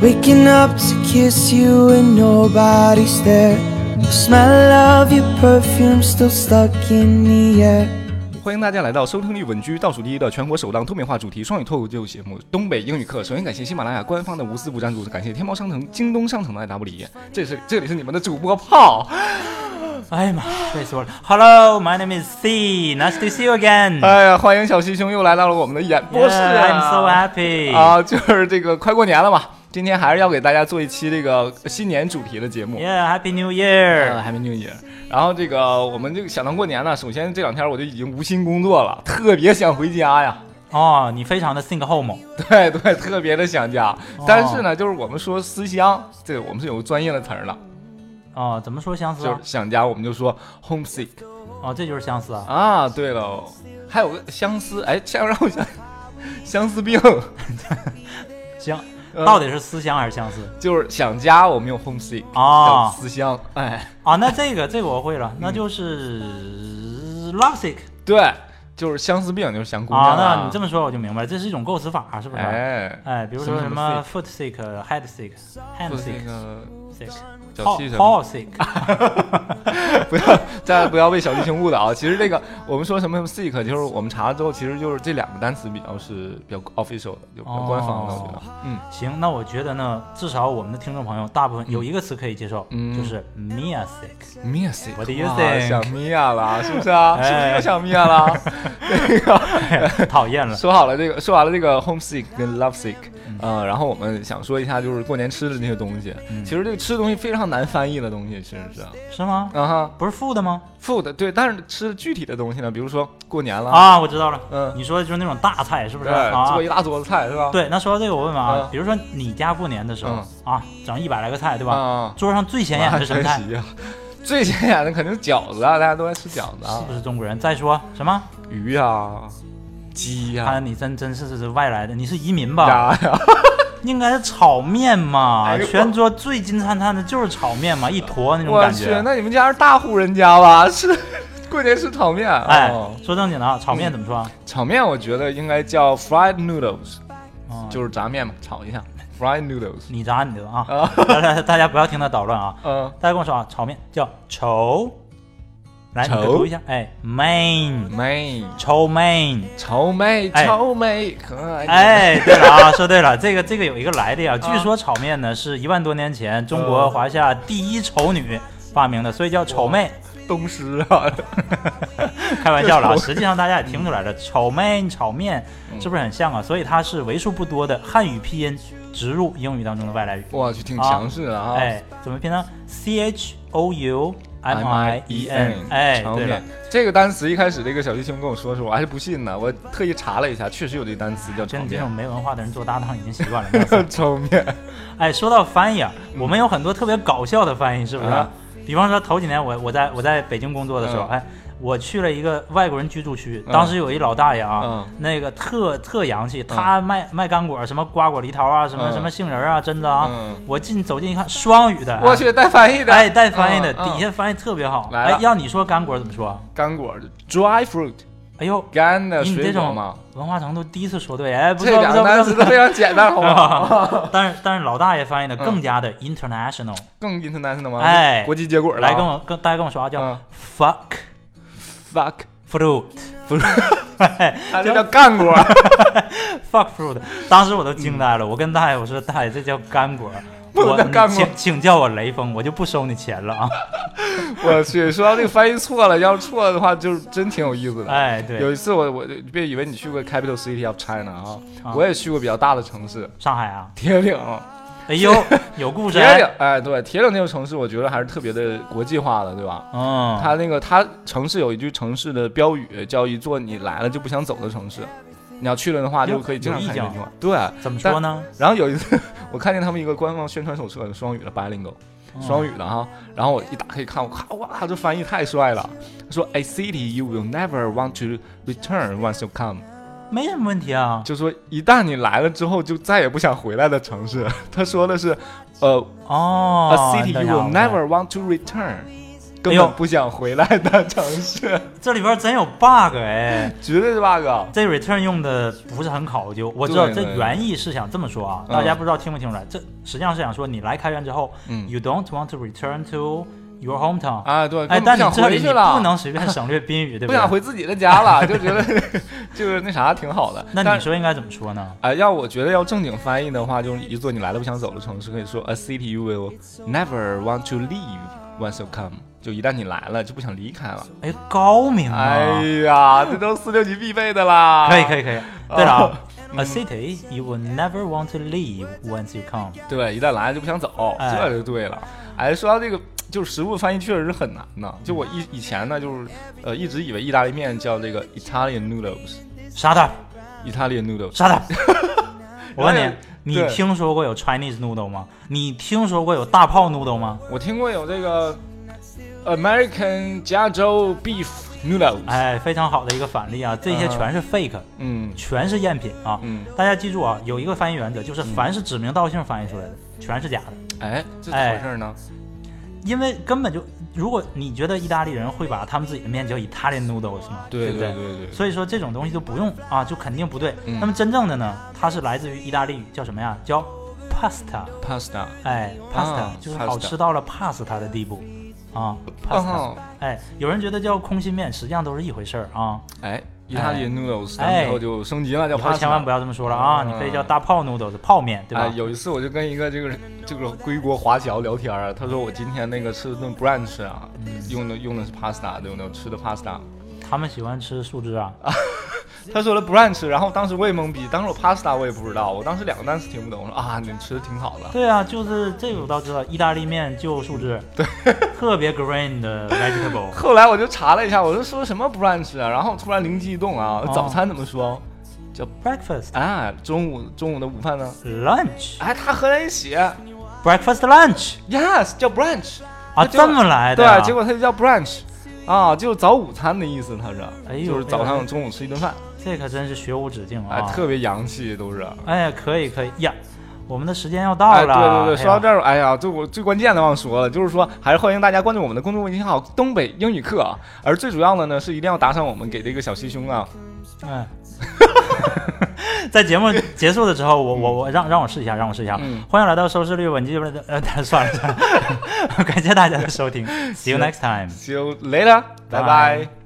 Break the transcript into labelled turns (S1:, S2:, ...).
S1: Waking up to kiss you and nobody's there. The smell of your perfume still stuck in the air.
S2: 欢迎大家来到收听率稳居倒数第一的全国首档多美化主题双语脱口秀节目《东北英语课》。首先感谢喜马拉雅官方的无私不赞助，感谢天猫商城、京东商城的爱答不理。这是这里是你们的主播炮。
S3: 嗯哎呀妈，累死我了！Hello, my name is C. Nice to see you again.
S2: 哎呀，欢迎小西兄又来到了我们的演播室、
S3: Yeah,
S2: 啊
S3: I'm so happy.
S2: 啊，就是这个快过年了嘛，今天还是要给大家做一期这个新年主题的节目。
S3: Yeah, Happy New Year.
S2: 呃，Happy New Year。然后这个我们这个想到过年呢，首先这两天我就已经无心工作了，特别想回家呀。
S3: 哦，你非常的 think home。
S2: 对对，特别的想家。
S3: 哦
S2: 但是呢，就是我们说思乡，这个我们是有专业的词儿的，
S3: 哦，怎么说相思
S2: 就
S3: 啊
S2: 是？想家，我们就说 homesick
S3: 哦，这就是相思啊。
S2: 啊。对了，还有个相思，哎，这样让我想相思病，
S3: 行，
S2: 呃
S3: 到底是思乡还是相思？
S2: 就是想家，我们用 homesick 叫
S3: 哦
S2: 思乡。哎，
S3: 啊，那这个这个我会了，
S2: 嗯
S3: 那就是 lovesick
S2: 对，就是相思病，就是想姑
S3: 啊。
S2: 娘
S3: 那你这
S2: 么
S3: 么说我就明白了，这是一种构词法，是不是？
S2: 嗯哎，
S3: 哎，比如说
S2: 什
S3: 什
S2: 么
S3: 么 foot sick、head sick、hand
S2: 就是那
S3: sick、
S2: 个
S3: sick、
S2: 小气
S3: paw
S2: 什么
S3: paw sick。
S2: 不要， 大家不要被小提琴误导。啊其实这个我们说什么什么 sick，就是我们查了之后，其实就是这两个单词比较是比较 official 的，就比较官方的。我觉得，嗯，
S3: 行，那我觉得呢，至少我们的听众朋友大部分有一个词可以接受，
S2: 嗯
S3: 就是 Mia sick。
S2: Mia sick，
S3: What do you
S2: 哇
S3: think？
S2: 想 Mia 了，是不是啊？是不是
S3: 哎
S2: 又想 Mia 了？这个
S3: 讨厌了。
S2: 说好了，这个说完了这个 homesick 跟 lovesick，呃，
S3: 嗯
S2: 然后我们想说一下就是过年吃的那些东西。
S3: 嗯
S2: 其实这个吃的东西非常难翻译的东西，其实是
S3: 是吗？
S2: 啊哈
S3: 不是 food 吗？
S2: ，food 对，但是吃具体的东西呢，比如说过年了，
S3: 啊，我知道了。
S2: 嗯
S3: 你说的就是那种大菜，是不是？
S2: 对，
S3: 啊
S2: 做一，大桌子菜是吧？
S3: 对。那说到这个，我问问啊
S2: 嗯，
S3: 比如说你家过年的时候啊，整一百来个菜，对吧？
S2: 啊。
S3: 桌上最显眼的是什么菜
S2: 啊？真？急啊最显眼的肯定是饺子啊，大家都爱吃饺子 啊
S3: 是，不是中国人？再说什么？
S2: 鱼啊，鸡
S3: 看啊
S2: 呀、
S3: 来你真真是是外来的，你是移民
S2: 鸭
S3: 吧？
S2: 呀、
S3: 应该是炒面嘛
S2: 哎呦，
S3: 全桌最金灿灿的就是炒面嘛，一坨那种
S2: 我
S3: 感
S2: 去
S3: 觉，。啊
S2: 那你们家是大户人家吧？是过年吃炒面，
S3: 哎
S2: 哦，
S3: 说正经的啊，炒面怎么说啊？
S2: 炒面我觉得应该叫 fried noodles，
S3: 哦
S2: 就是炸面嘛，炒一下 fried noodles。
S3: 你炸你的啊！
S2: 啊
S3: 大家大家不要听他捣乱啊！
S2: 嗯
S3: 大家跟我说啊，炒面叫稠，来，你
S2: 稠
S3: 给读一下，哎，main
S2: 妹，
S3: 稠 main，
S2: 炒妹，
S3: 哎
S2: 炒妹，可爱。，
S3: 哎，对了啊，说对了，这个这个有一个来历啊，据说炒面呢是一万多年前中国华夏第一丑女发明的，所以叫丑妹。
S2: 东施啊，
S3: 开玩笑了啊，
S2: 这丑
S3: 实际上大家也听出来了，炒面炒面是不是很像啊？所以它是为数不多的汉语拼音植入英语当中的外来语。
S2: 我去，挺强势的啊。
S3: 哎，怎么拼呢？C H O U M
S2: M
S3: I
S2: I
S3: E
S2: E
S3: N
S2: N，。
S3: 哎，
S2: 炒
S3: 对了
S2: 面，这个单词一开始这个小弟兄跟我说的时候，我还是不信呢，我特意查了一下，确实有这单词叫炒
S3: 跟你这种
S2: 面。。
S3: 没文化的人做搭档已经习惯了没有错
S2: 炒面，
S3: 哎，说到翻译啊，我们有很多特别搞笑的翻译，是不是？
S2: 啊
S3: 比方说头几年我我在我在北京工作的时候，
S2: 嗯
S3: 哎，我去了一个外国人居住区，
S2: 嗯
S3: 当时有一老大爷啊，
S2: 嗯
S3: 那个特特洋气，他卖、卖干果，什么瓜果梨桃啊，什么、
S2: 嗯
S3: 什么杏仁啊，榛子啊。
S2: 嗯
S3: 我进走近一看，双语的，
S2: 我去带翻译的，
S3: 哎，带翻译的，
S2: 嗯嗯
S3: 底下翻译特别好。
S2: 来了
S3: 哎，要你说干果怎么说？
S2: 干果，dry fruit，
S3: 哎呦，
S2: 干的
S3: 以你
S2: 水
S3: 这
S2: 果
S3: 种
S2: 嘛。
S3: 文化程度第一次说对，哎，不
S2: 这
S3: 错不
S2: 两个
S3: 错啊
S2: 单
S3: 不
S2: 词
S3: 错
S2: 都
S3: 不
S2: 非
S3: 错。
S2: 常简单， 好吗？
S3: 但是但是老大爷翻译的
S2: 嗯
S3: 更加的 international，
S2: 更 international 吗？
S3: 哎
S2: 国际结果了啊。
S3: 来跟我跟大家跟我说啊，
S2: 嗯
S3: 叫 fuck
S2: fuck，
S3: fruit，
S2: 不是，
S3: 哎
S2: 啊这叫干果。
S3: fuck fruit。当时我都惊呆了，我跟大爷我说大爷这叫干果，
S2: 嗯不能
S3: 我
S2: 叫
S3: 你
S2: 干果
S3: 请请叫我雷锋，我就不收你钱了 啊。
S2: 我去，说到这个翻译错了，要是错了的话，就是真挺有意思的。
S3: 哎，
S2: 有
S3: 对，
S2: 一次我我别以为你去过 capital city of China 啊，
S3: 啊
S2: 我也去过比较大的城市，
S3: 上海啊，
S2: 铁岭，
S3: 哎呦，有故事。
S2: 铁岭
S3: 哎，
S2: 哎，对，铁岭那个城市，我觉得还是特别的国际化的，对吧？
S3: 嗯，
S2: 它那个它城市有一句城市的标语叫“一座你来了就不想走的城市”，你要去了的话就可以经常看见这啊句话。对，
S3: 怎么说呢？
S2: 然后有一次我看见他们一个官方宣传手册，双语的白领狗，双语的哈。然后我一打开看，我靠，哇，这翻译太帅了！他说 “A city you will never want to return once you come”，
S3: 没什么问题啊。
S2: 就说一旦你来了之后就再也不想回来的城市。 他说的是，呃
S3: 哦
S2: A city
S3: 你等
S2: you
S3: 哦一
S2: will
S3: 下我看
S2: never
S3: 看
S2: want to return. 根
S3: 哎呦
S2: 本不想回来的城市，
S3: 这里边真有 bug 哎。
S2: 绝对是 bug 啊。
S3: 这 return 用的不是很考究，我知道
S2: 对
S3: 这
S2: 对
S3: 原意是想这么说啊，
S2: 嗯
S3: 大家不知道听不听出来？这实际上是想说，你来开源之后、
S2: 嗯
S3: y o u don't want to return to your hometown，、
S2: 啊，对，
S3: 哎，
S2: 根本不
S3: 但你
S2: 想
S3: 这
S2: 回
S3: 里
S2: 去
S3: 你
S2: 了，
S3: 不能随便省略宾语，对
S2: 不
S3: 对？
S2: 想回自己的家了， 就觉得就是那啥挺好的。
S3: 那
S2: 但
S3: 你说应该怎么说呢？
S2: 啊、要我觉得要正经翻译的话，就是一座你来了不想走的城市，可以说 a city you will never want to leave once you come。就一旦你来了，就不想离开了。
S3: 哎，高明啊！
S2: 哎呀，这都四六级必备的啦。
S3: 可以可
S2: 以。
S3: 以可以。对了啊、
S2: 嗯
S3: a city you will never want to leave once you come。
S2: 对，一旦来了就不想走，
S3: 哎
S2: 这就对了。哎，说到这个，就是食物翻译确实是很难呢。就我以以前呢，就是呃一直以为意大利面叫这个 Italian noodles，Italian
S3: Shut up，shut
S2: noodles。
S3: up。我问
S2: 然后
S3: 你，你
S2: 对
S3: 听说过有 Chinese noodle 吗？你听说过有大炮 noodle 吗？
S2: 我听过有这个 American 加州 beef noodles。
S3: 哎，非常好的一个反例啊！这些全是 fake，、
S2: 嗯
S3: 全是赝品啊！
S2: 嗯，
S3: 大家记住啊，有一个翻译原则，就是凡是指名道姓翻译出来的，全是假的，
S2: 哎，这怎么回事呢？
S3: 哎因为根本就，如果你觉得意大利人会把他们自己的面叫 Italian noodles 吗？
S2: 对
S3: 不
S2: 对对对，
S3: 所以说这种东西就不用啊，就肯定不对。
S2: 嗯
S3: 那么真正的呢，它是来自于意大利语，叫什么呀？叫 pasta，
S2: pasta。
S3: 哎，pasta、
S2: 啊
S3: 就是
S2: pasta
S3: 好吃到了 pasta 的地步啊，pasta，、
S2: 哦，
S3: 哎，有人觉得叫空心面，实际上都是一回事儿啊。
S2: 哎，意大利 noodles，
S3: 哎
S2: 咱们以后就升级了，叫
S3: 以后
S2: pasta。
S3: 千万不要这么说了啊，
S2: 嗯
S3: 你可以叫大泡 noodles 泡面，对吧？
S2: 哎，有一次我就跟一个这个这个归国华侨聊天啊，他说我今天那个吃顿 brunch 啊，用的用的是 pasta，用的吃的 pasta。
S3: 他们喜欢吃树枝啊，
S2: 他说了 brunch，然后当时我也懵逼，当时我 pasta 我也不知道，我当时两个单词听不懂，我说啊，你吃的挺好的。
S3: 对啊，就是这个我倒知道，意大利面就树枝，对，特别 green 的 vegetable，
S2: 后来我就查了一下，我说说什么 brunch 啊，然后突然灵机一动啊，
S3: 哦
S2: 早餐怎么说？
S3: breakfast
S2: 啊，中午中午的午饭呢？
S3: lunch
S2: 哎，他和人写
S3: breakfast lunch
S2: yes 叫 brunch
S3: 啊，
S2: 结果
S3: 这么来的、啊，
S2: 对，结果他就叫 brunch 啊，就是早午餐的意思，他是，
S3: 哎呦
S2: 就是早
S3: 哎
S2: 上
S3: 呦
S2: 中午吃一顿饭，
S3: 这可真是学无止境
S2: 哎
S3: 啊，，
S2: 特别洋气都是。
S3: 哎，可以可以呀，我们的时间要到
S2: 哎，
S3: 了，
S2: 对对
S3: 哎
S2: 对，
S3: 呀
S2: 说到这儿，哎呀，这我最关键的忘说了，就是说还是欢迎大家关注我们的公众微信号“东北英语课”，啊而最主要的呢是一定要打赏我们给这个小师兄啊，
S3: 嗯， 在节目结束的时候，我我我让让我试一下，让我试一下。
S2: 嗯
S3: 欢迎来到收视率稳健的呃， 算了算了，感谢大家的收听，See you next time。
S2: see you later，拜
S3: 拜
S2: 拜。